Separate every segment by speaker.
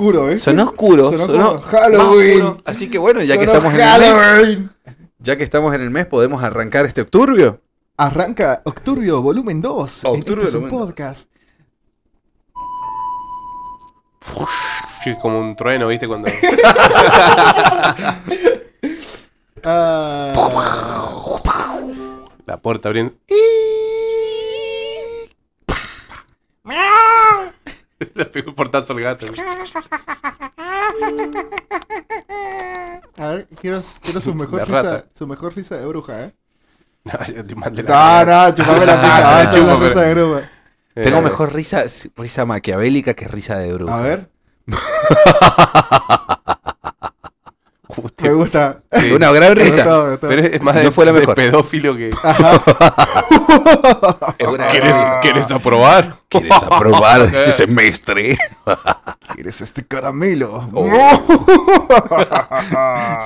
Speaker 1: Oscuro, ¿eh?
Speaker 2: Sonó oscuro.
Speaker 1: Sonó
Speaker 2: Sonó,
Speaker 1: como Halloween.
Speaker 2: más oscuro. Así que bueno, ya que
Speaker 1: Sonó
Speaker 2: estamos en el mes,
Speaker 1: Halloween.
Speaker 2: ya que estamos en el mes, podemos arrancar este octurbio.
Speaker 1: Arranca Octurbio Volumen 2. en
Speaker 2: Octurbio
Speaker 1: Esto es un
Speaker 2: Volumen 2.
Speaker 1: podcast.
Speaker 3: Sí, como un trueno, ¿viste? Cuando.
Speaker 1: Ah,
Speaker 3: La puerta abriendo. Le pegó un portazo al gato.
Speaker 1: a ver, quiero, quiero su, mejor
Speaker 3: La
Speaker 1: risa,
Speaker 3: rata.
Speaker 1: su mejor risa de bruja, ¿eh?
Speaker 3: No, yo te mandé
Speaker 1: No,
Speaker 3: la.
Speaker 1: no, chupame la pija.
Speaker 3: Ah,
Speaker 1: esa es la
Speaker 3: chupo,
Speaker 1: risa de bruja.
Speaker 3: Eh,
Speaker 2: Tengo mejor risa, risa maquiavélica que risa de bruja.
Speaker 1: A ver,
Speaker 3: usted-
Speaker 1: me gusta.
Speaker 3: sí,
Speaker 2: Una gran
Speaker 1: Me
Speaker 2: risa.
Speaker 1: gustó, me gustó.
Speaker 3: Pero es más
Speaker 2: No
Speaker 3: de,
Speaker 2: fue la
Speaker 3: de
Speaker 2: mejor.
Speaker 3: pedófilo que.
Speaker 2: Es una gran
Speaker 3: ¿Quieres,
Speaker 2: risa.
Speaker 3: ¿Quieres aprobar?
Speaker 2: ¿Quieres aprobar este semestre? Oh.
Speaker 1: ¿Quieres este caramelo?
Speaker 3: Oh.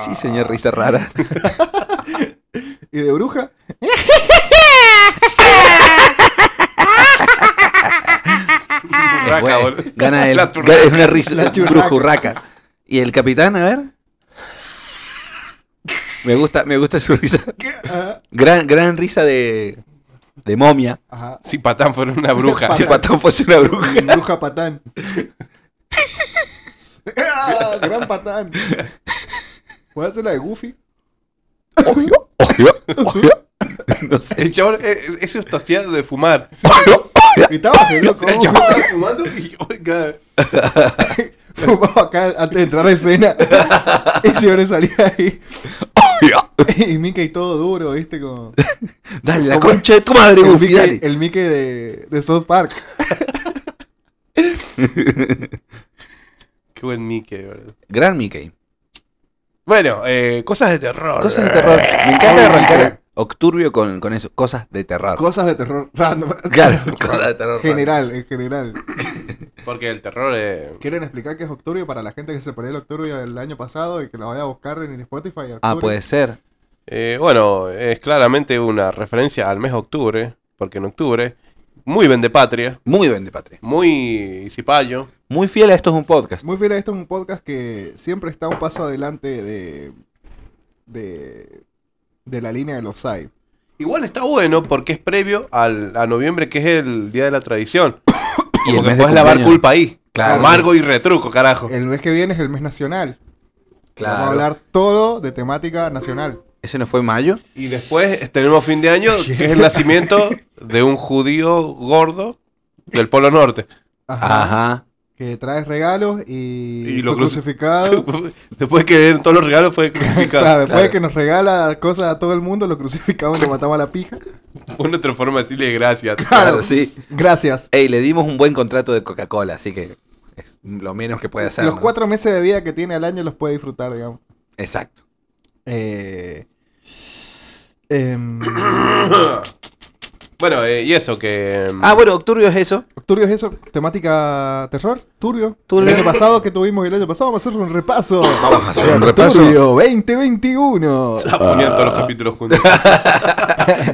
Speaker 2: Sí, señor, risa rara.
Speaker 1: ¿Y de bruja?
Speaker 2: Es
Speaker 3: Turraca,
Speaker 2: bueno.
Speaker 3: Ah. boludo.
Speaker 2: Gana el,
Speaker 3: La
Speaker 2: gana-
Speaker 3: turraca.
Speaker 2: es una risa
Speaker 1: La churraca.
Speaker 2: brujurraca. Y el capitán, a ver. Me gusta, me gusta su risa.
Speaker 1: Ah,
Speaker 2: Gran, gran risa de, de momia.
Speaker 1: Ajá.
Speaker 3: Si Patán fuera una bruja.
Speaker 1: Patán.
Speaker 2: Si el patán fuese una bruja.
Speaker 1: Bruja patán. Ah, gran patán. ¿Puedes hacer la de Goofy?
Speaker 2: Obvio, obvio, obvio. No sé.
Speaker 3: El chabón es, es extasiado de fumar.
Speaker 1: Y estaba de loco.
Speaker 3: El chabón está fumando y. Oiga.
Speaker 1: Fumaba acá antes de entrar a escena. Y siempre salía ahí.
Speaker 2: Obvio.
Speaker 1: Y Mickey todo duro, ¿viste? Como.
Speaker 2: Dale, la
Speaker 1: ¿Cómo?
Speaker 2: concha de tu madre,
Speaker 1: El
Speaker 2: Goofy,
Speaker 1: Mickey,
Speaker 2: dale.
Speaker 1: el Mickey de, de South Park.
Speaker 3: Qué buen Mickey, boludo.
Speaker 2: Gran Mickey.
Speaker 3: Bueno, eh, cosas de terror.
Speaker 2: Cosas de terror. Me encanta arrancar Eh. Octurbio con, con eso. Cosas de terror.
Speaker 1: Cosas de terror random.
Speaker 2: Claro, cosas de terror.
Speaker 1: General, en general.
Speaker 3: Porque el terror eh,
Speaker 1: ¿Quieren explicar qué es Octubre para la gente que se perdió el Octubre del año pasado y que lo vaya a buscar en Spotify?
Speaker 2: Ah,
Speaker 1: Octubre?
Speaker 2: puede ser.
Speaker 3: Eh, bueno, es claramente una referencia al mes de octubre, porque en octubre, muy patria,
Speaker 2: Muy bien de patria.
Speaker 3: muy cipayo,
Speaker 2: Muy fiel a esto es un podcast.
Speaker 1: Muy bien, esto es un podcast que siempre está un paso adelante de. de. de la línea del offside.
Speaker 3: igual está bueno porque es previo al, a noviembre, que es el día de la tradición.
Speaker 2: Y el
Speaker 3: porque
Speaker 2: mes de
Speaker 3: puedes lavar
Speaker 2: cumpleaños.
Speaker 3: culpa ahí.
Speaker 2: Claro.
Speaker 3: Amargo y retruco, carajo.
Speaker 1: El mes que viene es el mes nacional. Vamos a
Speaker 2: Claro.
Speaker 1: hablar todo de temática nacional.
Speaker 2: ¿Ese no fue mayo?
Speaker 3: Y después tenemos fin de año, que es el nacimiento de un judío gordo del Polo Norte.
Speaker 1: Ajá.
Speaker 2: Ajá.
Speaker 1: Que traes regalos y.
Speaker 3: Y lo
Speaker 1: fue
Speaker 3: cruci-
Speaker 1: crucificado.
Speaker 3: después que dieron todos los regalos fue
Speaker 1: Claro,
Speaker 3: crucificado.
Speaker 1: después de
Speaker 2: claro.
Speaker 1: que nos regala cosas a todo el mundo, lo crucificamos y lo matamos a la pija.
Speaker 3: Una otra forma de decirle gracias.
Speaker 1: Claro.
Speaker 2: Claro, sí.
Speaker 1: Gracias.
Speaker 2: Ey, le dimos un buen contrato de Coca-Cola, así que es lo menos que puede hacer.
Speaker 1: Los
Speaker 2: ¿no?
Speaker 1: cuatro meses de vida que tiene al año los puede disfrutar, digamos.
Speaker 2: Exacto.
Speaker 1: Eh, em,
Speaker 3: Bueno, eh, y eso que... mm,
Speaker 2: Ah, bueno, Octurbio es eso.
Speaker 1: ¿Turbio es eso? ¿Temática terror? ¿Turbio?
Speaker 2: Turbio.
Speaker 1: El año pasado que tuvimos y el año pasado vamos a hacer un repaso.
Speaker 2: Vamos a hacer un
Speaker 1: Turbio
Speaker 2: repaso.
Speaker 1: 2021.
Speaker 3: Estaba poniendo
Speaker 1: Ah.
Speaker 3: todos los capítulos juntos.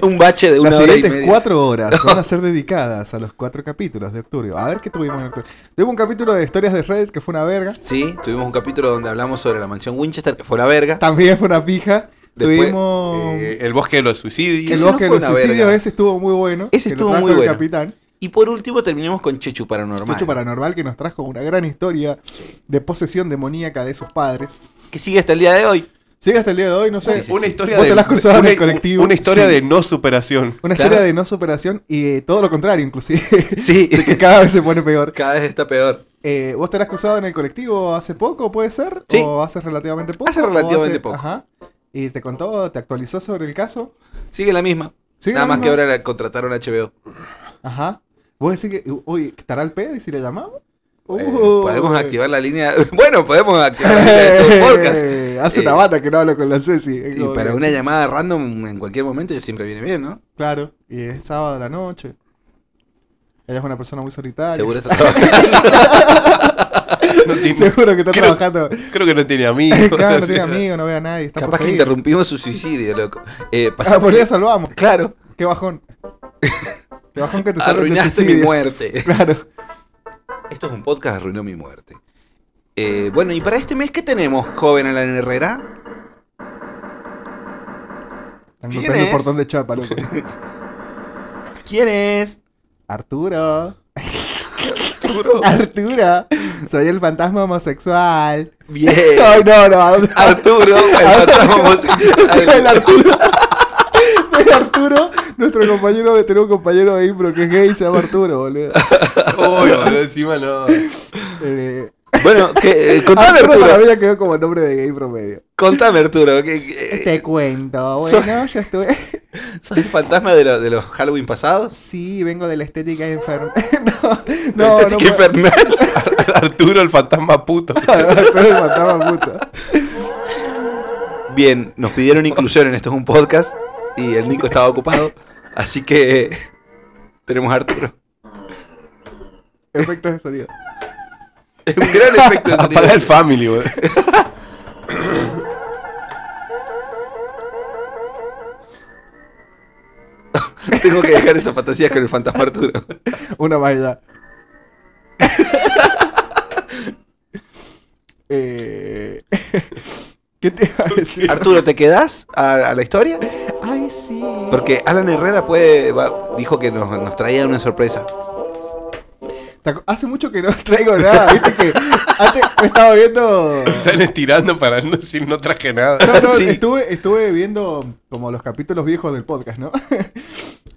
Speaker 2: Un bache de una
Speaker 1: Las
Speaker 2: hora y
Speaker 1: siguientes
Speaker 2: media.
Speaker 1: cuatro horas van a ser dedicadas a los cuatro capítulos de Octurio. A ver qué tuvimos en Octurio. Tuvimos un capítulo de historias de Reddit que fue una verga.
Speaker 2: Sí, tuvimos un capítulo donde hablamos sobre la mansión Winchester, que fue la verga.
Speaker 1: También fue una pija.
Speaker 2: Después,
Speaker 1: tuvimos
Speaker 3: Eh, el bosque de los
Speaker 1: el
Speaker 3: suicidios.
Speaker 2: ese no
Speaker 1: bosque de
Speaker 2: fue
Speaker 1: los
Speaker 2: una
Speaker 1: suicidios.
Speaker 2: verga.
Speaker 1: Ese estuvo muy bueno.
Speaker 2: Ese
Speaker 1: que lo
Speaker 2: estuvo
Speaker 1: trajo
Speaker 2: muy
Speaker 1: el
Speaker 2: bueno.
Speaker 1: capitán.
Speaker 2: Y por último terminamos con Chechu Paranormal.
Speaker 1: Hecho paranormal que nos trajo una gran historia de posesión demoníaca de sus padres.
Speaker 2: Que sigue hasta el día de hoy.
Speaker 1: Sigue hasta el día de hoy, no sé.
Speaker 2: Sí, sí,
Speaker 3: Una
Speaker 2: sí.
Speaker 3: historia
Speaker 1: Vos
Speaker 3: de
Speaker 1: te la has cruzado en
Speaker 3: una,
Speaker 1: el colectivo.
Speaker 3: una historia
Speaker 1: Sí.
Speaker 3: de no superación.
Speaker 1: Una
Speaker 2: Claro.
Speaker 1: historia de no superación y eh, todo lo contrario, inclusive.
Speaker 2: Sí,
Speaker 1: que cada vez se pone peor.
Speaker 2: cada vez está peor.
Speaker 1: Eh, ¿Vos te has cruzado en el colectivo hace poco, puede ser?
Speaker 2: Sí.
Speaker 1: ¿O hace relativamente poco?
Speaker 2: Hace
Speaker 1: ¿O
Speaker 2: relativamente poco.
Speaker 1: Ajá. ¿Y te contó, te actualizó sobre el caso?
Speaker 2: Sigue la misma.
Speaker 1: ¿Sigue
Speaker 2: Nada
Speaker 1: la
Speaker 2: más
Speaker 1: misma?
Speaker 2: que ahora la contrataron a HBO.
Speaker 1: Ajá. ¿Vos decís que, uy, estará el pedo y si le llamamos?
Speaker 2: Eh,
Speaker 1: Uh.
Speaker 2: podemos activar la línea. Bueno, podemos activar la línea de todo el podcast.
Speaker 1: Hace una
Speaker 2: Eh,
Speaker 1: bata que no hablo con la Ceci. Es
Speaker 2: Y
Speaker 1: como
Speaker 2: para
Speaker 1: que-
Speaker 2: una llamada random en cualquier momento ya siempre viene bien, ¿no?
Speaker 1: Claro, y es sábado a la noche. Ella es una persona muy solitaria.
Speaker 2: Seguro está trabajando.
Speaker 3: No tiene-
Speaker 1: Seguro que está
Speaker 3: Creo-
Speaker 1: trabajando.
Speaker 3: Creo que no tiene amigos.
Speaker 1: claro, no tiene amigos, no ve a nadie. Está
Speaker 2: Capaz que
Speaker 1: poseída.
Speaker 2: interrumpimos su suicidio, loco. Eh, pasamos-
Speaker 1: Ah, por ella salvamos.
Speaker 2: Claro,
Speaker 1: Qué bajón. Qué bajón que te salven de
Speaker 2: arruinaste mi
Speaker 1: suicidio.
Speaker 2: muerte.
Speaker 1: Claro.
Speaker 2: Esto es un podcast, arruinó mi muerte. Eh, bueno, y para este mes, ¿qué tenemos, joven Alan Herrera?
Speaker 1: Están
Speaker 2: ¿Quién
Speaker 1: golpeando el
Speaker 2: es?
Speaker 1: portón de chapa, loco.
Speaker 2: ¿Quién es?
Speaker 1: Arturo.
Speaker 2: Arturo.
Speaker 1: Arturo. Soy el fantasma homosexual.
Speaker 2: Bien.
Speaker 1: Ay, no, no. ¿a dónde-
Speaker 2: Arturo, el fantasma
Speaker 1: el
Speaker 2: homosexual.
Speaker 1: Arturo. El Arturo, nuestro compañero de tener un compañero de impro que es gay, se llama Arturo, boludo.
Speaker 3: Uy, boludo, encima no.
Speaker 1: Eh,
Speaker 2: Bueno, que, eh, contame
Speaker 1: Arturo
Speaker 2: Arturo.
Speaker 1: para mí ya quedó como nombre de gay promedio.
Speaker 2: Contame Arturo. que- que-
Speaker 1: Te cuento,
Speaker 2: soy-
Speaker 1: bueno, yo estuve.
Speaker 2: ¿Sos el fantasma de, lo- de los Halloween pasados?
Speaker 1: Sí, vengo de la estética enferma.
Speaker 2: Ah.
Speaker 1: no, no,
Speaker 2: Este
Speaker 1: no.
Speaker 2: que
Speaker 1: puedo-
Speaker 2: infernal.
Speaker 3: Arturo el fantasma puto.
Speaker 1: Arturo el fantasma puto.
Speaker 2: Bien, nos pidieron inclusión en esto es un podcast y el Nico estaba ocupado, así que eh, tenemos a Arturo.
Speaker 1: Efectos de sonido.
Speaker 2: Es un gran efecto de sonido.
Speaker 3: Apaga el family, boludo.
Speaker 2: Tengo que dejar esas fantasías con el fantasma Arturo.
Speaker 1: Una vaina. eh... ¿Qué te iba a decir?
Speaker 2: Arturo, ¿te quedás a, a la historia?
Speaker 1: Ay, sí.
Speaker 2: Porque Alan Herrera puede, va- dijo que nos, nos traía una sorpresa.
Speaker 1: Te acu- Hace mucho que no traigo nada, viste que antes me estaba viendo.
Speaker 3: Están estirando para no decir no traje nada.
Speaker 1: No, no,
Speaker 2: Sí.
Speaker 1: estuve, estuve viendo como los capítulos viejos del podcast, ¿no?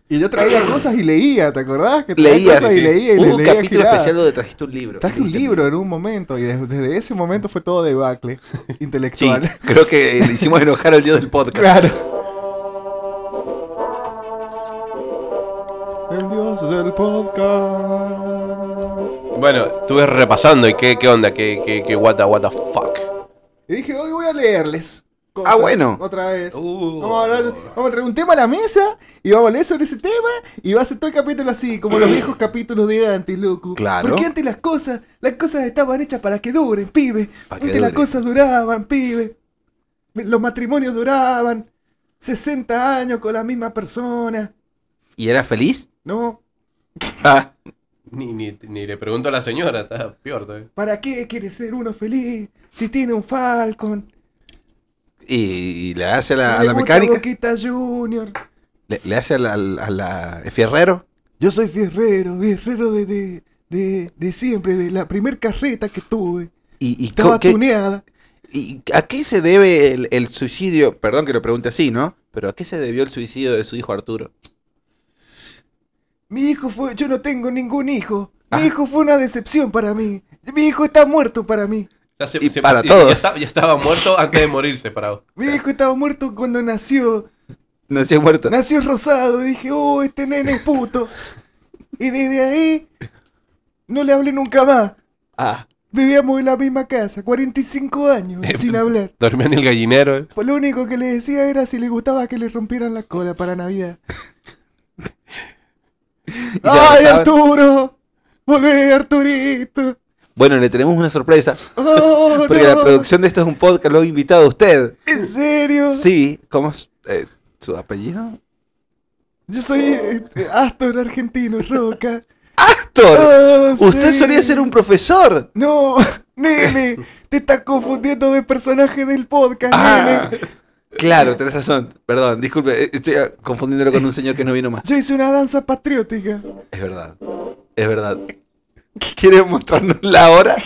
Speaker 1: y yo traía cosas y leía, ¿te acordás? Que traía
Speaker 2: Leías,
Speaker 1: cosas y
Speaker 3: sí.
Speaker 1: leía y
Speaker 2: Hubo
Speaker 1: le-
Speaker 2: un
Speaker 1: leía
Speaker 2: capítulo
Speaker 1: giradas.
Speaker 2: especial donde trajiste un libro.
Speaker 1: Traje un libro en un momento y des- desde ese momento fue todo debacle
Speaker 2: Sí,
Speaker 1: intelectual.
Speaker 2: creo que le hicimos enojar al yo del podcast.
Speaker 1: Claro. El dios del podcast.
Speaker 3: Bueno, estuve repasando y qué, qué onda, qué, qué, qué what the, what the fuck.
Speaker 1: Y dije, hoy voy a leerles.
Speaker 2: Ah, bueno.
Speaker 1: Otra vez.
Speaker 3: Uh.
Speaker 1: Vamos, a hablar- vamos a traer un tema a la mesa y vamos a leer sobre ese tema y va a ser todo el capítulo así, como los viejos capítulos de antes, loco.
Speaker 2: Claro.
Speaker 1: Porque antes las cosas, las cosas estaban hechas para que duren, pibe.
Speaker 2: Pa' que
Speaker 1: antes las
Speaker 2: duren.
Speaker 1: cosas duraban, pibe. Los matrimonios duraban 60 años con la misma persona.
Speaker 2: ¿Y era feliz?
Speaker 1: No,
Speaker 2: Ah,
Speaker 3: Ni, ni, ni le pregunto a la señora, está peor todavía.
Speaker 1: ¿para qué quiere ser uno feliz si tiene un Falcon?
Speaker 2: y, y le hace a la,
Speaker 1: si
Speaker 2: a
Speaker 1: le
Speaker 2: la
Speaker 1: gusta
Speaker 2: mecánica.
Speaker 1: Boquita Junior.
Speaker 2: Le, le hace a la, al- a la- al fierrero.
Speaker 1: Yo soy fierrero, fierrero de, de, de, de siempre, de la primer carreta que tuve.
Speaker 2: ¿Y, y
Speaker 1: Estaba
Speaker 2: co- qué-
Speaker 1: tuneada.
Speaker 2: y a qué se debe el, el suicidio? Perdón que lo pregunte así, ¿no? Pero ¿a qué se debió el suicidio de su hijo Arturo?
Speaker 1: Mi hijo fue. Yo no tengo ningún hijo. Mi
Speaker 2: Ah.
Speaker 1: hijo fue una decepción para mí. Mi hijo está muerto para mí.
Speaker 3: Ya se-
Speaker 2: Y
Speaker 3: se-
Speaker 2: para
Speaker 3: ya-
Speaker 2: todos.
Speaker 3: Ya, estaba- ya estaba muerto antes de morirse, para vos.
Speaker 2: Ah.
Speaker 1: Mi hijo estaba muerto cuando nació.
Speaker 2: Nació muerto.
Speaker 1: Nació rosado. y Dije, oh, este nene es puto. Y desde ahí. No le hablé nunca más.
Speaker 2: Ah,
Speaker 1: Vivíamos en la misma casa, 45 años,
Speaker 3: Eh,
Speaker 1: sin hablar.
Speaker 3: Dormía en el gallinero. eh.
Speaker 1: Pues lo único que le decía era si le gustaba que le rompieran la cola para Navidad.
Speaker 2: se
Speaker 1: ¡Ay,
Speaker 2: abrazaban.
Speaker 1: Arturo! ¡Volvé, Arturito!
Speaker 2: bueno, le tenemos una sorpresa.
Speaker 1: ¡Oh,
Speaker 2: Porque
Speaker 1: no!
Speaker 2: la producción de esto es un podcast, lo ha invitado a usted.
Speaker 1: ¿En serio?
Speaker 2: Sí, ¿cómo es eh, su apellido?
Speaker 1: Yo soy eh, eh, Astor argentino, Roca.
Speaker 2: ¡Héctor!
Speaker 1: Oh,
Speaker 2: Usted
Speaker 1: sí.
Speaker 2: solía ser un profesor.
Speaker 1: No, nene, te estás confundiendo de personaje del podcast,
Speaker 2: Ah.
Speaker 1: nene.
Speaker 2: Claro, tenés razón. Perdón, disculpe, eh, estoy ah, confundiéndolo con un señor que no vino más.
Speaker 1: Yo hice una danza patriótica.
Speaker 2: Es verdad, es verdad. ¿Quiere mostrarnos la hora?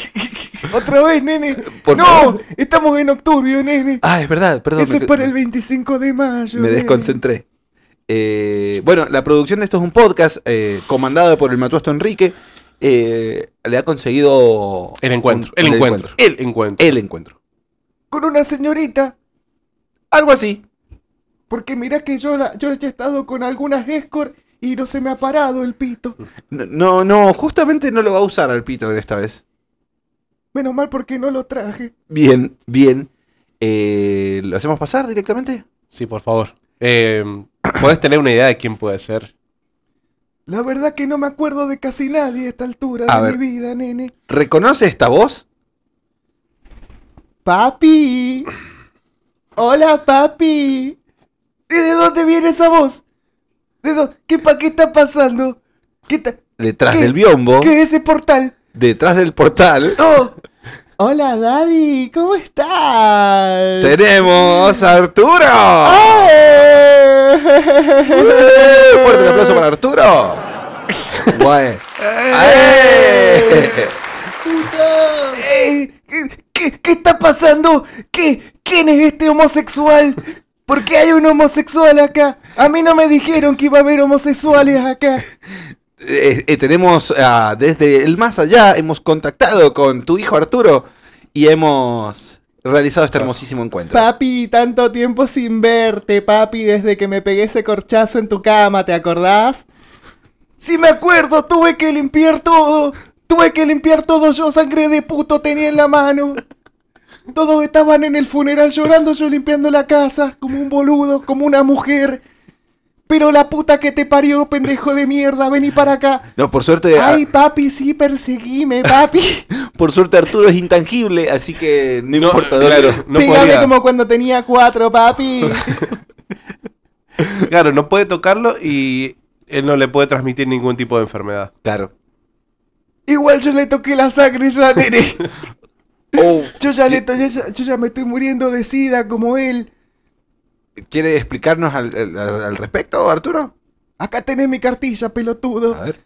Speaker 1: Otra vez, nene.
Speaker 2: Por
Speaker 1: no,
Speaker 2: favor.
Speaker 1: estamos en octubre, nene.
Speaker 2: Ah, es verdad, perdón.
Speaker 1: Eso
Speaker 2: me-
Speaker 1: es para el 25 de mayo.
Speaker 2: Me
Speaker 1: nene.
Speaker 2: desconcentré. Eh, bueno, la producción de esto es un podcast eh, comandado por el Matuesto Enrique. eh, le ha conseguido.
Speaker 3: El encuentro,
Speaker 2: un-
Speaker 3: el, encuentro, el encuentro.
Speaker 2: El encuentro.
Speaker 1: Con una señorita.
Speaker 2: Algo así.
Speaker 1: Porque mirá que yo, la- yo ya he estado con algunas escort y no se me ha parado el pito.
Speaker 2: No, no, no, justamente no lo va a usar al pito de esta vez.
Speaker 1: Menos mal porque no lo traje.
Speaker 2: Bien, bien. Eh, ¿Lo hacemos pasar directamente?
Speaker 3: Sí, por favor. Eh, ¿Podés tener una idea de quién puede ser?
Speaker 1: La verdad que no me acuerdo de casi nadie a esta altura
Speaker 2: A
Speaker 1: de
Speaker 2: ver.
Speaker 1: mi vida, nene.
Speaker 2: ¿Reconoce esta voz?
Speaker 1: Papi. Hola, papi. ¿Y de dónde viene esa voz? ¿De dó- ¿Qué, pa qué está pasando? ¿Qué, ta-
Speaker 2: Detrás
Speaker 1: ¿Qué?
Speaker 2: del biombo,
Speaker 1: ¿Qué es ese portal?
Speaker 2: detrás del portal.
Speaker 1: ¡Oh! Hola, Daddy, ¿cómo estás? ¡Oh!
Speaker 2: ¡Tenemos a Arturo! Ah.
Speaker 1: ¡Ay!
Speaker 2: ¡Eh! ¡Fuerte el aplauso para Arturo! Guay. ¡Ay!
Speaker 1: Ey, ¿Qué, qué- qué está pasando? ¿Qué, ¿Quién es este homosexual? ¿Por qué hay un homosexual acá? A mí no me dijeron que iba a haber homosexuales acá.
Speaker 2: Eh, eh, tenemos ah, desde el más allá, hemos contactado con tu hijo Arturo y hemos realizado este hermosísimo encuentro.
Speaker 1: Papi, tanto tiempo sin verte, papi, desde que me pegué ese corchazo en tu cama, ¿te acordás? Sí me acuerdo, tuve que limpiar todo. Tuve que limpiar todo, yo sangre de puto tenía en la mano. Todos estaban en el funeral llorando, yo limpiando la casa, como un boludo, como una mujer. Pero la puta que te parió, pendejo de mierda, vení para acá.
Speaker 2: No, por
Speaker 3: Eh,
Speaker 2: suerte,
Speaker 3: ah.
Speaker 2: a-
Speaker 1: Ay, papi, sí, perseguime, papi.
Speaker 2: por suerte Arturo es intangible, así que no,
Speaker 3: No,
Speaker 2: importa. dónde-
Speaker 3: claro, no
Speaker 1: Pégame
Speaker 3: podía-
Speaker 1: como cuando tenía cuatro, papi.
Speaker 3: Claro, no puede tocarlo y él no le puede transmitir ningún tipo de enfermedad.
Speaker 2: Claro.
Speaker 1: Igual yo le toqué la sangre ya, nene.
Speaker 2: Oh,
Speaker 1: Yo ya, le to- yo ya- yo ya me estoy muriendo de sida como él.
Speaker 2: ¿Quiere explicarnos al, al- al respecto, Arturo?
Speaker 1: Acá tenés mi cartilla, pelotudo.
Speaker 2: A ver.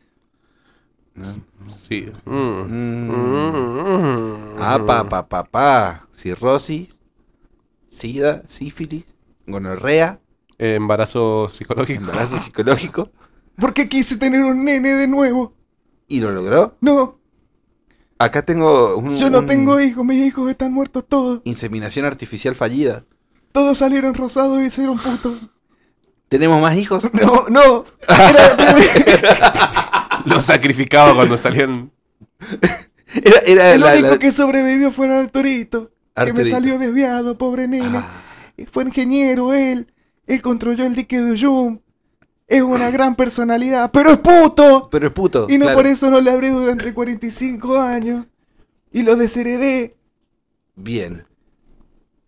Speaker 3: Sí. Mm.
Speaker 2: Mm.
Speaker 3: Mm.
Speaker 2: Ah, pa, pa, pa, pa. Cirrosis, sida, sífilis, gonorrea,
Speaker 3: Eh, embarazo psicológico.
Speaker 2: embarazo psicológico.
Speaker 1: ¿Por qué quise tener un nene de nuevo?
Speaker 2: Y lo logró.
Speaker 1: No,
Speaker 2: Acá tengo un-
Speaker 1: yo no
Speaker 2: un-
Speaker 1: tengo hijos, mis hijos están muertos todos.
Speaker 2: Inseminación artificial fallida.
Speaker 1: Todos salieron rosados y hicieron putos.
Speaker 2: ¿Tenemos más hijos?
Speaker 1: No, no. Era,
Speaker 3: Lo sacrificaba cuando salían.
Speaker 2: Era, era
Speaker 1: el
Speaker 2: la-
Speaker 1: único
Speaker 2: la-
Speaker 1: que sobrevivió fue Arturito. Que me
Speaker 2: Arturito.
Speaker 1: salió desviado, pobre nene.
Speaker 2: Ah,
Speaker 1: Eh, Fue ingeniero él. Él controló el dique de Uyum. Es una gran personalidad, pero es puto.
Speaker 2: Pero es puto.
Speaker 1: Y no
Speaker 2: claro.
Speaker 1: por eso no le hablé durante 45 años. Y lo desheredé.
Speaker 2: Bien.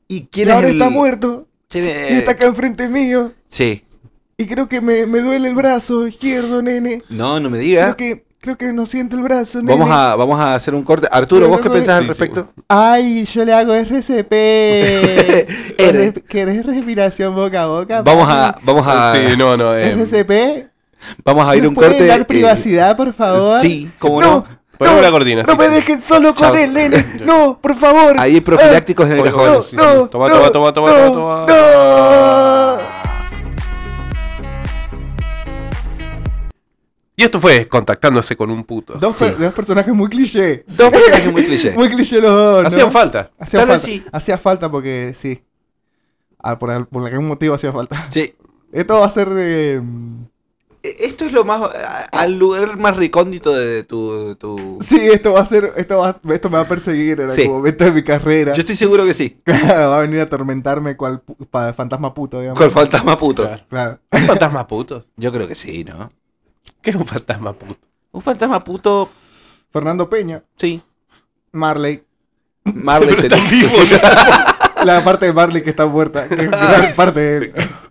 Speaker 2: ¿Y
Speaker 1: Y
Speaker 2: quién es
Speaker 1: ahora
Speaker 2: el-
Speaker 1: está muerto.
Speaker 2: quién es-
Speaker 1: Y está acá enfrente mío.
Speaker 2: Sí.
Speaker 1: Y creo que me, me duele el brazo izquierdo, nene.
Speaker 2: No, no me
Speaker 1: Creo
Speaker 2: digas.
Speaker 1: que, creo que no siento el brazo, nene.
Speaker 2: Vamos a, vamos a hacer un corte. Arturo,
Speaker 1: Pero
Speaker 2: ¿vos qué
Speaker 1: luego de-
Speaker 2: pensás al
Speaker 3: Sí, sí.
Speaker 2: respecto?
Speaker 1: Ay, yo le hago RCP.
Speaker 2: R.
Speaker 1: Res- ¿Querés respiración boca a boca?
Speaker 2: Vamos a,
Speaker 1: papi?
Speaker 2: vamos a,
Speaker 3: Sí, no, no. eh,
Speaker 1: RCP.
Speaker 2: vamos a ir
Speaker 1: ¿Nos
Speaker 2: un
Speaker 1: pueden
Speaker 2: corte. eh,
Speaker 1: dar privacidad, por favor?
Speaker 2: sí, cómo no.
Speaker 3: Poneme la cortina,
Speaker 1: No
Speaker 3: sí,
Speaker 1: me
Speaker 3: sí.
Speaker 1: dejen solo con
Speaker 2: Chao.
Speaker 1: él, nene. No, por favor.
Speaker 2: Ahí hay profilácticos en el
Speaker 3: Oye,
Speaker 2: cajón.
Speaker 3: oye. sí. Toma, toma, toma, toma,
Speaker 1: no,
Speaker 3: toma, toma.
Speaker 1: no.
Speaker 3: Y esto fue contactándose con un puto.
Speaker 1: Dos, per- dos personajes muy cliché.
Speaker 2: Dos personajes muy cliché.
Speaker 1: Muy cliché los dos. ¿no?
Speaker 3: Hacían falta.
Speaker 1: Hacían
Speaker 2: Tal vez
Speaker 1: falta.
Speaker 2: sí.
Speaker 1: Hacía falta porque sí. Ah, por, al- por algún motivo hacía falta.
Speaker 2: Sí.
Speaker 1: Esto va a ser. eh, mm,
Speaker 2: Eh, Esto es lo más. a- Al lugar más recóndito de tu. tu-
Speaker 1: sí, esto va a ser. Esto, va, esto me va a perseguir en
Speaker 2: Sí.
Speaker 1: algún momento de mi carrera.
Speaker 2: Yo estoy seguro que sí.
Speaker 1: Claro, va a venir a atormentarme cual pu- pa- fantasma puto, digamos.
Speaker 2: Con fantasma puto.
Speaker 3: Claro.
Speaker 1: Claro.
Speaker 3: ¿Un fantasma puto?
Speaker 2: Yo creo que sí, ¿no?
Speaker 3: ¿Qué es un fantasma puto?
Speaker 2: Un fantasma puto,
Speaker 1: Fernando Peña,
Speaker 2: sí.
Speaker 1: Marley.
Speaker 2: Marley sería.
Speaker 3: Vivo,
Speaker 1: La parte de Marley que está muerta. que es gran parte de él.